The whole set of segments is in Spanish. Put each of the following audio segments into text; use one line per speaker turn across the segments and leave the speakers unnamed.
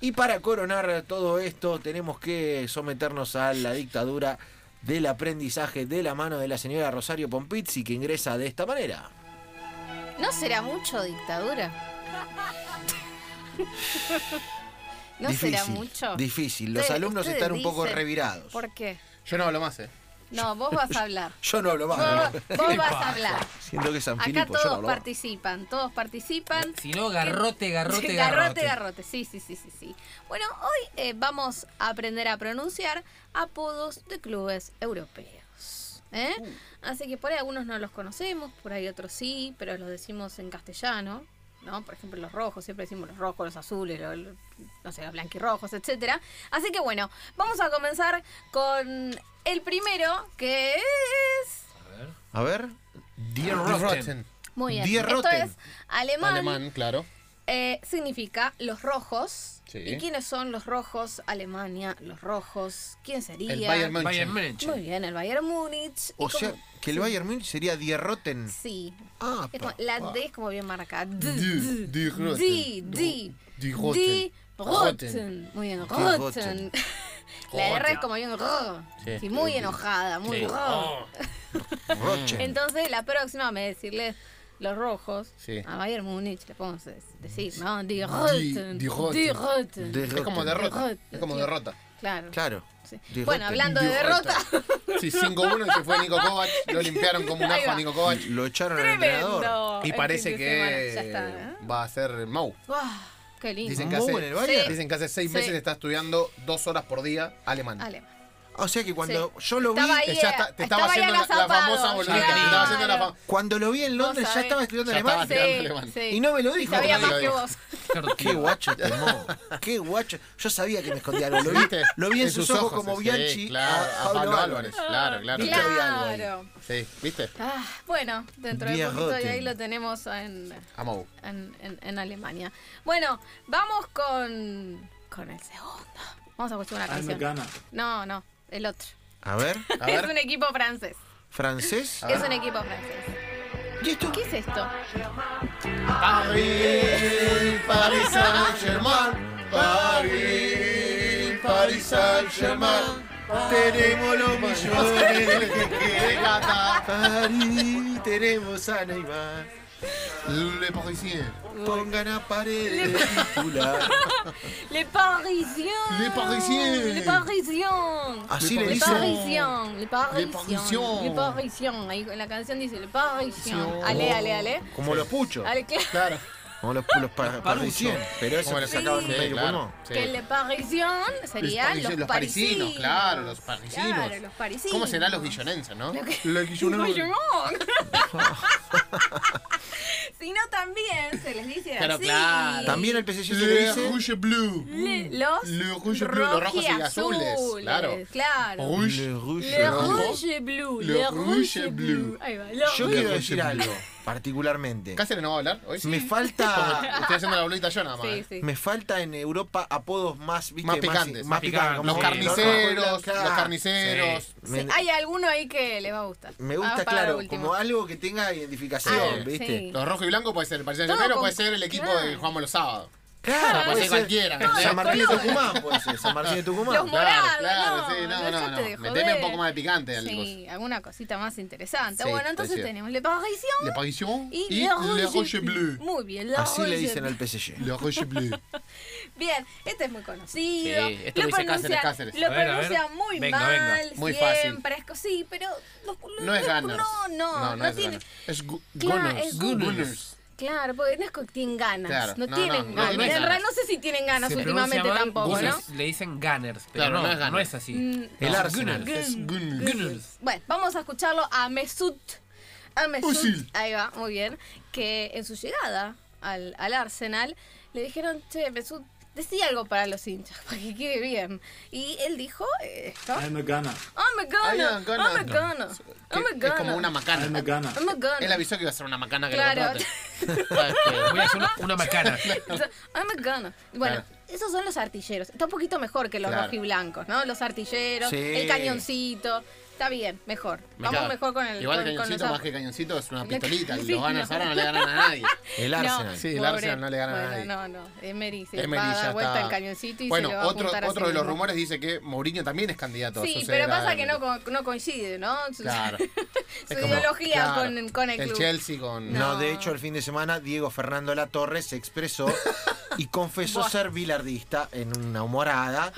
Y para coronar todo esto, tenemos que someternos a la dictadura del aprendizaje de la mano de la señora Rosario Pompizzi, que ingresa de esta manera.
¿No será mucho dictadura? ¿No será mucho?
Difícil. Los
Ustedes-
alumnos
ustedes
están un poco
dicen,
revirados.
¿Por qué?
Yo no hablo más, ¿eh?
No, vos vas a hablar.
Yo no hablo más.
Vos,
¿no?
vos vas a hablar.
Siento que San
Acá
Filipo, yo no
todos
hablo más.
participan, todos participan.
Si no, garrote, garrote,
Sí,
garrote.
garrote, garrote. Sí, sí, sí, sí, sí. Bueno, hoy eh, vamos a aprender a pronunciar apodos de clubes europeos. ¿eh?
Uh.
Así que por ahí algunos no los conocemos, por ahí otros sí, pero los decimos en castellano. ¿no? Por ejemplo, los rojos, siempre decimos los rojos, los azules, los, los- no sé, los blanquirrojos, etcétera. Así que bueno, vamos a comenzar con el primero, que es...
A ver. Die Rotten.
Muy bien,
Die
esto
Roten.
es alemán
Alemán, claro.
Eh, significa los rojos.
Sí.
¿Y quiénes son los rojos? Alemania, los rojos. ¿Quién sería?
El Bayern München.
Bayern Múnich.
Muy bien, el Bayern Múnich.
O
Y como-
sea, que el Bayern Munich sería Die Rotten.
Sí.
Ah,
Es como-
pa-
la
pa.
D es como bien marcada. D,
Die, die
D,
Roten.
D, D,
Die Roten.
Die Roten.
Roten.
Muy bien,
Die
Roten.
Roten.
La R es como bien... rrr.
Sí.
Sí, muy enojada, muy...
Sí.
rrr.
Oh.
Rotten.
Entonces, la próxima me decirles los rojos
Sí.
a Bayern Múnich, le podemos decir, ¿no? Die
Die-
Roten.
die Roten.
Die Roten.
Die
Es como
Rotten.
derrota. Es como derrota.
Claro.
Claro.
sí.
Die
Bueno,
Roten.
hablando de
Die
derrota,
Sí, 5-1 y se fue Nico Kovac. Lo limpiaron como un
Ahí
ajo a
va.
Nico Kovac.
Lo echaron al entrenador.
tremendo.
Y
el
parece
fin de semana. Ya
que
está. ¿eh?
va a ser Mau.
Guau, qué lindo.
Dicen que,
Mau
hace,
en el Bayern.
Sí.
dicen que hace seis
Sí.
meses está estudiando dos horas por día alemán.
Alemán.
O sea que cuando yo lo vi,
Estaba ahí,
Eh, ya está- te estaba
ahí
haciendo la, la
agazapado.
famosa boludita.
Claro.
Te estaba haciendo la fam-
cuando lo vi en
No
Londres ya
sabés.
estaba estudiando
Ya
alemán.
estaba. hablando alemán.
sí.
Y no me lo dijo.
Sabía
nadie
más
lo
que
dijo.
vos.
Qué guacho este mo. Qué guacho. Yo sabía que me escondía algo. Lo vi,
¿Viste?
lo vi en, sus, ojos, como
sí,
Bianchi
claro,
a, Pablo Álvarez.
Claro, claro.
Viste, había algo ahí.
Claro.
Sí, ¿viste?
Ah, bueno, dentro
Die
de poquito y
Roten.
ahí lo tenemos en,
A Mau.
en, en- en Alemania. Bueno, vamos con, con el segundo. Vamos a escuchar una
I'm a
canción.
Ghana.
No, no, el otro.
A ver,
Ah, A
Es
ver.
un equipo francés.
francés.
Es un equipo francés.
¿Y esto?
¿Qué es esto?
París, París Saint-Germain. París, París Saint-Germain. Tenemos los millones que gastar.
París, tenemos a Neymar.
Le Parisien.
Pongan a pared de titular.
Les Parisiens.
Les Parisiens.
Les Parisiens.
Así le
Les
Les
dicen.
Parisiens. Les Parisiens.
Parisiens.
Les Parisiens. Ahí en la canción dice Les Parisiens.
Parisiens.
Ale, ale, ale.
Como los puchos.
Ale, claro.
Claro.
Como los, los pa- parisiens. Pero eso
Como
que
los
sacaban
sí,
medio
claro,
pulmón.
sí.
Que Les Parisiens serían los,
parisi- parisinos, claro, los parisinos.
Claro, los parisinos.
¿Cómo serán los guillonenses, no? Los
Los guillonenses. Sino también se les dice
Pero
así.
claro.
También el PCC se le
Le
dice.
rouge bleu.
Le- los,
Le rouge bleu, los rojos y azules, claro.
Claro.
Le rouge.
Le
Rojo.
rouge et bleu.
Le
Le
rouge
rouge
et
et
bleu.
bleu. Ahí va. Le
Yo
rouge-
quiero
Le
decir
rouge.
algo, particularmente.
¿Cáceres no va a hablar hoy?
Me falta.
Estoy haciendo la boludita yo nada más.
Sí,
eh.
sí.
Me falta en Europa apodos más, ¿viste?
Más picantes.
Más picantes.
Los
Los
como-
Sí,
carniceros,
Claro.
los carniceros.
Me,
Sí, Hay alguno ahí que le va a gustar.
me
Ah,
gusta,
para lo
claro,
último. Ah,
como algo que tenga identificación,
Sí.
¿viste?
Sí.
Los rojos y blancos puede ser el Paris
Todo
Saint-Germain o
con-
puede ser el equipo
claro.
de que jugamos los sábados.
Claro,
puede ser cualquiera, ¿entendés?
San Martín de
Colores.
Tucumán, puede ser. San Martín de
Los
Tucumán.
morados.
claro,
no,
sí,
no,
no,
ya
no,
te
no.
dejó
Meteme
de-
un poco más de picante al coso.
Sí, alguna cosita más interesante.
Sí,
bueno, entonces
decía.
tenemos Le Parisien
Le Parisien
y,
y Le Roche Bleu.
Muy bien, Le
Así le
Rouge
dicen
Bleu.
al PSG.
Le Roche Bleu.
Bien, este es muy conocido.
Sí, esto lo dice Cáceres, Cáceres.
Lo
A ver, a ver.
pronuncia muy
Venga,
mal,
venga.
Muy
siempre. Es, co- sí, pero los,
No es
los-
Gunners.
No, no, no,
es
tiene.
Gunners. Es gu-
Claro,
Gunners.
es
Gunners.
Claro, porque no es que tienen ganas.
Claro,
No,
no,
tienen
no, no
ganas.
tienen
en
ganas.
realidad Ah, no sé si tienen ganas últimamente tampoco, ¿no?
pues,
Mm.
Le dicen gunners, pero
Claro,
no,
no
no
es
es,
gunner.
así.
El
No,
Arsenal.
gunners.
Es Gunners.
Gunners.
Bueno, vamos a escucharlo a Mesut. A Mesut,
Oh,
Özil.
ahí va, muy bien. Que en su llegada al, al Arsenal le dijeron, che, Mesut, decía algo para los hinchas, para que quede bien. Y él dijo eh, esto.
I'm a Ghana.
I'm a
I
gunner,
am gonna-
I'm a gunner, I'm a
Que Es como
gunner,
una
I'm a
macana.
Ghana.
I'm a
Él
gunner,
avisó que iba a ser una macana que
Claro.
lo contraten. ¿Sabes qué?
Voy a hacer una, una macana.
I'm a gunner. Bueno, esos son los artilleros. Está un poquito mejor que los
Claro.
rojiblancos, ¿no? Los artilleros,
Sí.
el cañoncito. Está bien, mejor. Vamos
Claro.
mejor con el.
Igual
con-
el
con los
cañoncito, más
ar-
que cañoncito, es una
La-
pistolita. Y
Sí,
los ganas
no.
ahora no le ganan a nadie.
El Arsenal.
Sí, el
pobre.
Arsenal no le gana a
Bueno,
nadie.
No, no, Emery se
Emery
va a
ya
dar vuelta
está.
el cañoncito y
bueno,
se le va a
otro,
apuntar a sí
otro de los
mismo.
rumores dice que Mourinho también es candidato a
Sí,
suceder
pero
a
pasa que
Emery.
no, co- no coincide, ¿no? Su,
Claro.
su
Es como-
ideología
claro,
con, con el
El
club.
Chelsea con.
No,
No.
de hecho, el fin de semana Diego Fernando La Torre se expresó y confesó
Buah. Ah,
ser bilardista en una humorada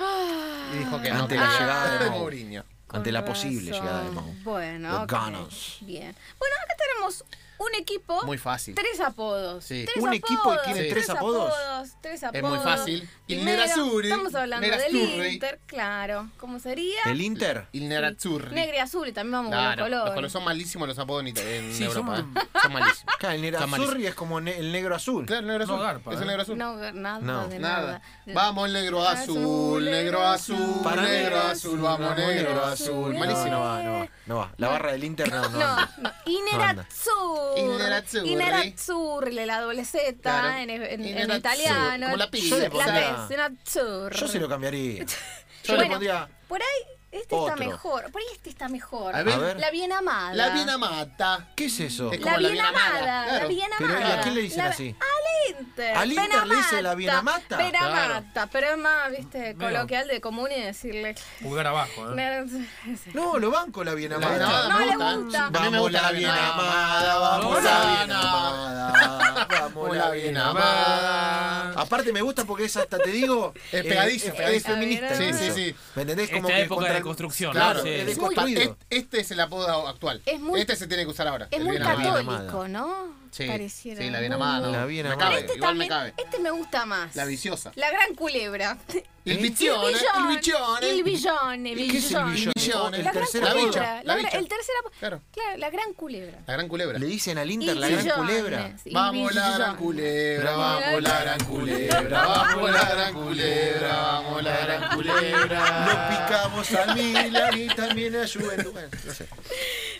Y dijo que no.
Ante
que
la
era
llegada de Mou.
Mourinho.
Con
ante la posible
razón.
llegada de Mou.
Bueno,
The
ok.
Gunners.
bien. Bueno, acá tenemos un equipo,
Muy fácil.
tres apodos.
Sí.
Tres
¿Un
apodos,
equipo que tiene
Sí.
tres apodos?
Tres
muy
apodos.
fácil. Il
Primero,
Nerazzurri,
Estamos hablando del
Nerazzurri.
Inter, claro. ¿Cómo sería?
¿El Inter?
Il Nerazzurri.
Negro y azul, y también vamos con
Claro,
los colores.
los colores son malísimos los apodos en, Ita- en
Sí,
Europa.
son-
Son, son malísimos.
Claro, el negro
Está malísimo.
azul es como ne- el negro azul.
Claro, el negro azul.
No garpa,
es
¿eh?
el negro azul.
No, nada
No.
de nada.
Nada. Vamos, el negro azul, negro azul,
Para mí-
negro azul, vamos, negro azul.
Malísimo. No
Malísimo.
va, no va, no va. La barra del Inter no, no.
No,
anda.
no. Inerazzurri.
Inerazzurri.
Inerazzurri, la doble Z
Claro.
en, en- en
Inerazzurri.
italiano.
Como la
pizza,
La
como la-
tres, Inerazzurri.
Yo se lo cambiaría. Yo le
Bueno,
pondría.
Por ahí este
Otro.
está mejor. Por ahí este está mejor.
A ver.
A ver.
La bien amada.
La bien amata.
¿Qué es eso?
Es
La
como la
bien
bien amada,
amada. La
claro.
bien
Pero, ¿y
amada.
a quién le dicen
La-
así?
Al Inter.
¿Al Inter
Benamata.
le dice la bien amata?
Benamata. Pero es más, viste,
Bueno.
coloquial de común y decirle.
Pulgar
Ah.
abajo, ¿eh?
Inerazzurri.
No, lo banco la bien
La bien
amada.
amada
No
me
le
gusta.
gusta.
A mí me
Vamos
gusta
la bien amada,
No,
vamos la
no,
bien
no.
amada. Vamos
Vamos
la bien amada. Aparte me gusta porque es hasta, te digo, eh,
Es pegadizo,
es,
pegadizo.
feminista.
Sí,
incluso.
sí, sí.
¿Me entendés?
Esta
Como que
época
contra
de
el-
construcción,
Claro,
¿no? Sí.
es
es
muy-
pa-
construido.
este- este es el apodo actual.
Es muy-
este se tiene que usar ahora.
Es
el
muy
bien amada.
católico, ¿no?
Sí,
Pareciera.
sí, la bien
Muy-
amada. no.
La bien
me
amada.
cabe,
Este
igual me
también,
cabe.
este me gusta más.
La viciosa.
La gran culebra.
El
billón,
bichón, ¿eh? el bichón.
El billón, el
¿Qué es el
billón.
billón?
billón,
El
La gran
tercer apodo.
culebra. la
bicha, la
gran-
bicha.
El tercer apo-
Claro.
Claro, la gran culebra.
La gran culebra.
Le dicen al Inter
Y
la gran
billones,
culebra.
y
Vamos la gran
billones.
culebra, vamos la gran culebra, vamos la gran culebra, vamos la gran culebra.
Lo picamos a Milan y también a Juventus. Bueno, no sé.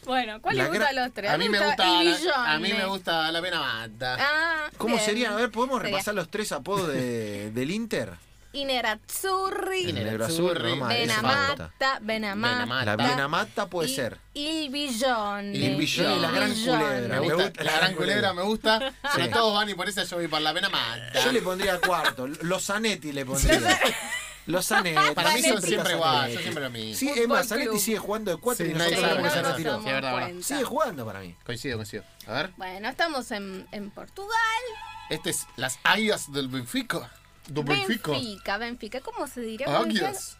Bueno, ¿cuál
La
le gusta
gran-
a los tres?
A mí me gusta,
el
la, a mí me
billones.
gusta la pena mata.
Ah,
¿Cómo
bien.
serían? A ver, ¿podemos
Sería
repasar los tres apodos de- del Inter?
Inerazzurri,
El
Inerazzurri,
negro azul,
Benamata.
Roma, ese me gusta.
Benamata, Benamata.
Benamata.
La Bienamata puede
y-
ser.
y El billón.
El billón y la gran
Billón.
culebra.
Me
Me
gusta,
gusta
la gran culebra me gusta, pero todos van y por eso yo voy por la pena mata.
Yo le pondría cuarto. Los Zanetti le pondría. Los Zanetti.
Para mí son
Zanetti.
siempre igual, yo siempre lo mismo.
Sí, es
Fútbol
más, Zanetti
club.
sigue jugando de cuatro
Sí,
y
nadie
nosotros
Sí,
sabe
sabemos
no
que
se
nos
Zanetti tiró.
hace.
damos
Sí, es verdad, verdad.
cuenta.
Sigue jugando para mí.
Coincido, coincido. A ver,
Bueno, estamos en, en Portugal.
este es las águilas del Benfica. Del Benfica.
Benfica, Benfica, ¿cómo se diría?
Águilas.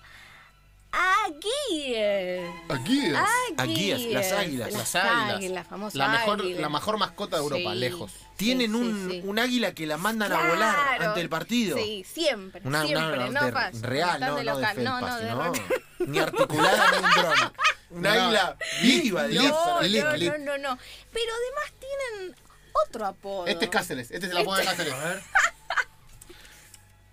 Aguirre.
Águilas.
Aguías, las águilas.
Las águilas.
águilas, famosas
La mejor,
águilas.
la mejor mascota de Europa,
Sí.
lejos.
Tienen
Sí, sí,
un,
sí.
un águila que la mandan a
Claro.
volar ante el partido.
Sí, siempre,
Una, una-
siempre,
una
no
de-
pasa.
real,
Están
no,
de
no de
local.
felpa,
de
sino-
local.
ni articulada ni un dron. Un
No,
águila
no.
viva, de
No,
Lizard.
No,
Lit,
no,
lit.
no, no, no. Pero además tienen otro apodo.
Este es Cáceres, este es el apodo de Cáceres.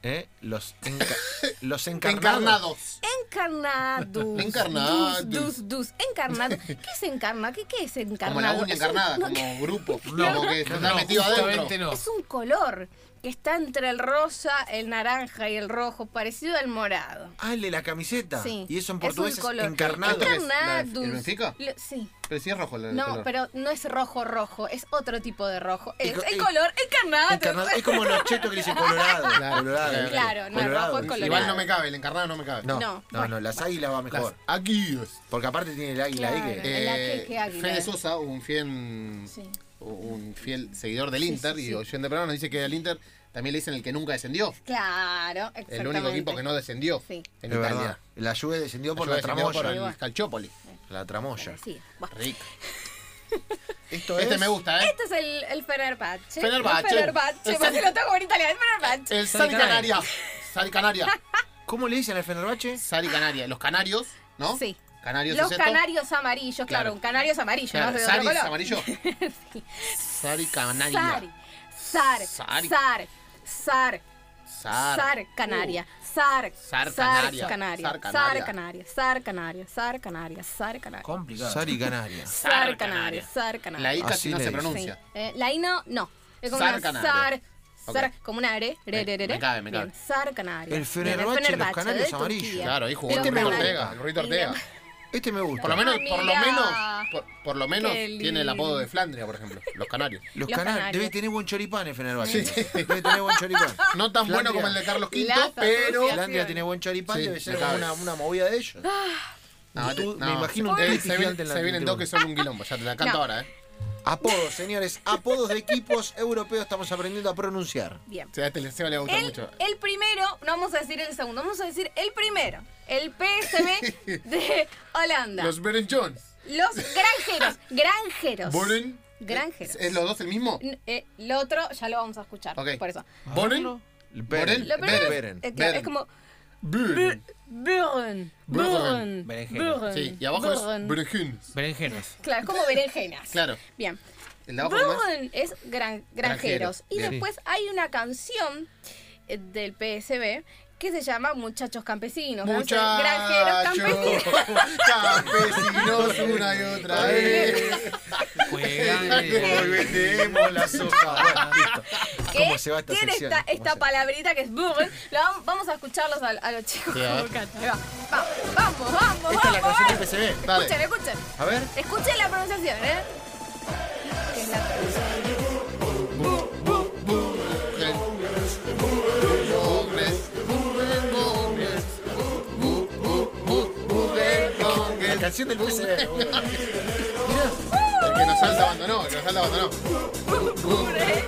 ¿Eh? Los, enca- los encarnados.
Encarnados.
Encarnados.
Encarnados.
Dus, dus, dus. Encarnado. ¿Qué es encarnado? ¿Qué, qué es encarnado?
Como la uña
Es un-
encarnada,
no,
como grupo.
No,
como que está
no,
metido adentro.
justamente no.
Es un color que está entre el rosa, el naranja y el rojo, parecido al morado.
Ah, el de la camiseta.
Sí.
Y eso en
Es un
portugués es,
color.
encarnado.
Entonces, ¿la-
Encarnados.
el Benfica?
Lo- sí.
Pero sí es rojo el
No,
color.
pero no es rojo rojo, es otro tipo de rojo. Es
co-
el
eh,
color encarnado.
Encarnado. Es como los chetos que dicen colorado.
Claro,
colorado.
claro, no,
Colorado.
rojo es colorado.
Igual no me cabe, el encarnado no me cabe.
No,
No,
no, no,
bueno,
las águilas va
Las
mejor.
águilas.
Porque aparte tiene el águila ahí
Claro.
que.
El águila, ¿qué águila?
Eh, Fede Sosa, un fiel,
Sí.
un fiel seguidor del
Sí,
Inter
sí, sí.
y oyente peruano, nos dice que al Inter también le dicen el que nunca descendió.
Claro, exactamente.
El único equipo que no descendió
Sí.
en
Es verdad.
Italia.
La lluvia descendió por
Yo
la,
descendió
tramoya.
por el Calciopoli.
La tramoya.
Sí, bueno.
Rico.
Esto
Este
es-
me gusta, ¿eh?
Este es el, el Fenerbahce.
Fenerbahce.
El Fenerbahce.
El
Pues
San-
si lo toco en italiano, el Fenerbahce.
El Sari
Canaria.
Canaria. Sari Canaria.
¿Cómo le dicen al Fenerbahce?
Sari Canaria. Los canarios, ¿no?
Sí.
Canarios
Los
es esto.
canarios amarillos, claro,
Claro.
un canario es amarillo,
Claro,
no es de otro
Sari es
color.
amarillo.
Sari,
Sari Canaria.
zar,
Sari.
zar, zar,
Sar. Uh.
zar, canaria, zar,
Zar
zar,
canaria,
canaria,
zar
zar,
canaria.
canaria, zar, canaria, zar, canaria, zar, canaria,
Complicado.
Sari Canaria.
zar,
canaria.
canaria, zar,
La
canaria.
I casi
Así
no
le
se
dicen.
Sí.
pronuncia.
Eh, La I no, no. Es como
Zar
una
canaria.
zar,
Ok.
Sar, como un are. re, re, re,
Me
re.
cabe, me
Bien,
cabe.
Sar Canario.
El Fenerbahce, los canarios amarillos.
Claro, ahí jugó
Este
el
me
Rorrito
gusta.
Ortega, el Rorrito Ortega.
Este me gusta.
Por lo menos, por lo
Mira.
menos, por, por lo menos
Qué
tiene el
lindo.
apodo de Flandria, por ejemplo, los canarios.
Los
Los
canarios.
canarios.
Debe tener buen choripán en Fenerbahce. Debe tener buen choripán.
No tan
Flandria.
bueno como el de Carlos V,
Las
pero.
asociaciones.
Islandia tiene buen choripán,
Sí,
debe ser
me cabe.
una, una movida de ellos.
Ah. No,
Tú-
no,
me imagino un
se,
tuit
se, vienen-
gigante en la
se vienen
tribuna.
dos que son un quilombo, ya te la canto
No.
ahora, ¿eh?
Apodos, señores. Apodos de equipos europeos estamos aprendiendo a pronunciar.
Bien.
O sea, a este le- se le va a gustar
El,
mucho.
el primero, no vamos a decir el segundo, vamos a decir el primero. El PSV de Holanda. Los,
Los Beren Jones.
granjeros. Granjeros.
Boren.
Granjeros.
¿Es los dos el mismo?
N- eh, lo otro ya lo vamos a escuchar.
Ok.
Por eso.
Boren. Borel.
Lo primero es-
Beren.
eh, claro,
Beren.
es como
Buren.
Bur- Buren.
Buren.
Buren.
Berenjena.
Buren,
Sí, y abajo es
Buren.
Berenjuns.
Berenjenas.
Claro, es como berenjenas.
Claro.
Bien.
El de abajo nomás.
Buren es gran- granjeros.
Granjeros,
Y
bien.
después hay una canción eh, del PSB que se llama Muchachos Campesinos. Granjeros Granjeros Campesinos.
Muchachos. Campesinos una y otra vez.
Juegan.
Volveremos la soja.
que
¿Cómo se va esta
tiene
sección?
esta,
¿Cómo
esta
se va?
palabrita que es Buren. La vam- vamos a escucharlos a, a los chicos.
Sí, a ver.
Ahí va. Va, Vamos, vamos,
Esta es la
vamos.
canción del PCB.
Dale.
Escuchen, escuchen.
A ver.
Escuchen la pronunciación, ¿eh? Que es la pronunciación.
La canción del PCB.
El que nos salta abandonó, el que nos salta abandonó.
Ah, Buren.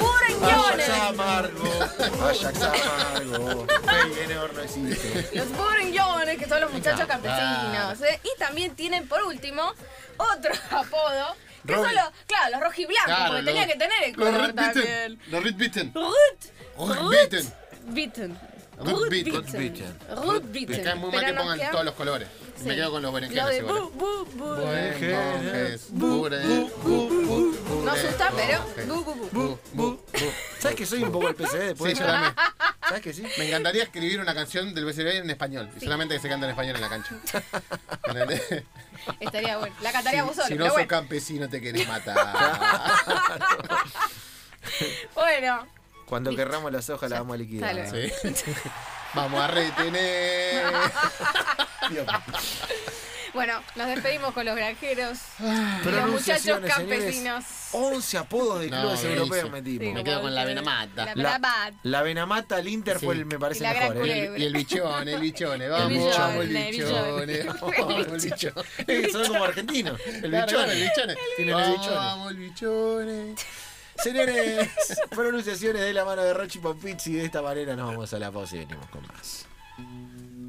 Burenjones.
Ajax amargo. Ajax amargo. Feyenoord no existe.
Los burenjones, que son los muchachos campesinos. ¿eh? Y también tienen, por último, otro apodo. Que
Rojo.
son los, claro, los rojiblancos,
Claro,
porque
los-
tenía que tener el
Los
color
Red
también.
Beaten. Los Red Beaten.
Ruth.
Rotbitten.
Bitten.
Rotbitten.
Rotbitten.
Me cae muy mal que pongan todos los colores. Me quedo con los
Lo
berenjenas
de
igual. eh,
bu, bu, bu.
Berenjenas, bure,
No asusta,
eh.
pero
berenjenas.
bu, bu, bu.
Bu, bu, bu. ¿Sabes que soy un poco el PCB
Sí,
después?
yo también.
¿Sabes que sí?
Me encantaría escribir una canción del BCB en español. Y solamente que se canta en español en la cancha. ¿Entendés?
Estaría bueno. La cantaría vos solo,
Si no
pero
sos
bueno.
campesino te querés matar.
Bueno.
Cuando querramos las hojas las vamos a
Dale.
liquidar.
Sí. Vamos a retener.
Dios.
Bueno, nos despedimos con los granjeros.
Ah,
y los muchachos
Pronunciaciones,
campesinos.
señores. 11 apodos de
No,
clubes
bellísimo.
europeos
Sí,
metimos.
Me quedo
como
con la
tiene-
venamata.
La
La,
venamata.
la Benamata, el Inter fue el, me parece
Y la gran
mejor. ¿eh?
culebra.
Y el bichón, el bichón, eh, vamos, vamos el bichón, eh, vamos el bichón.
Eh, Son como argentinos. El
Claro,
bichón.
el bichón.
Tiene el
Vamos,
bichón.
vamos el bichón. eh.
Señores, pronunciaciones de la mano de Rochi Pompizzi. De esta manera nos vamos a la pausa y venimos con más.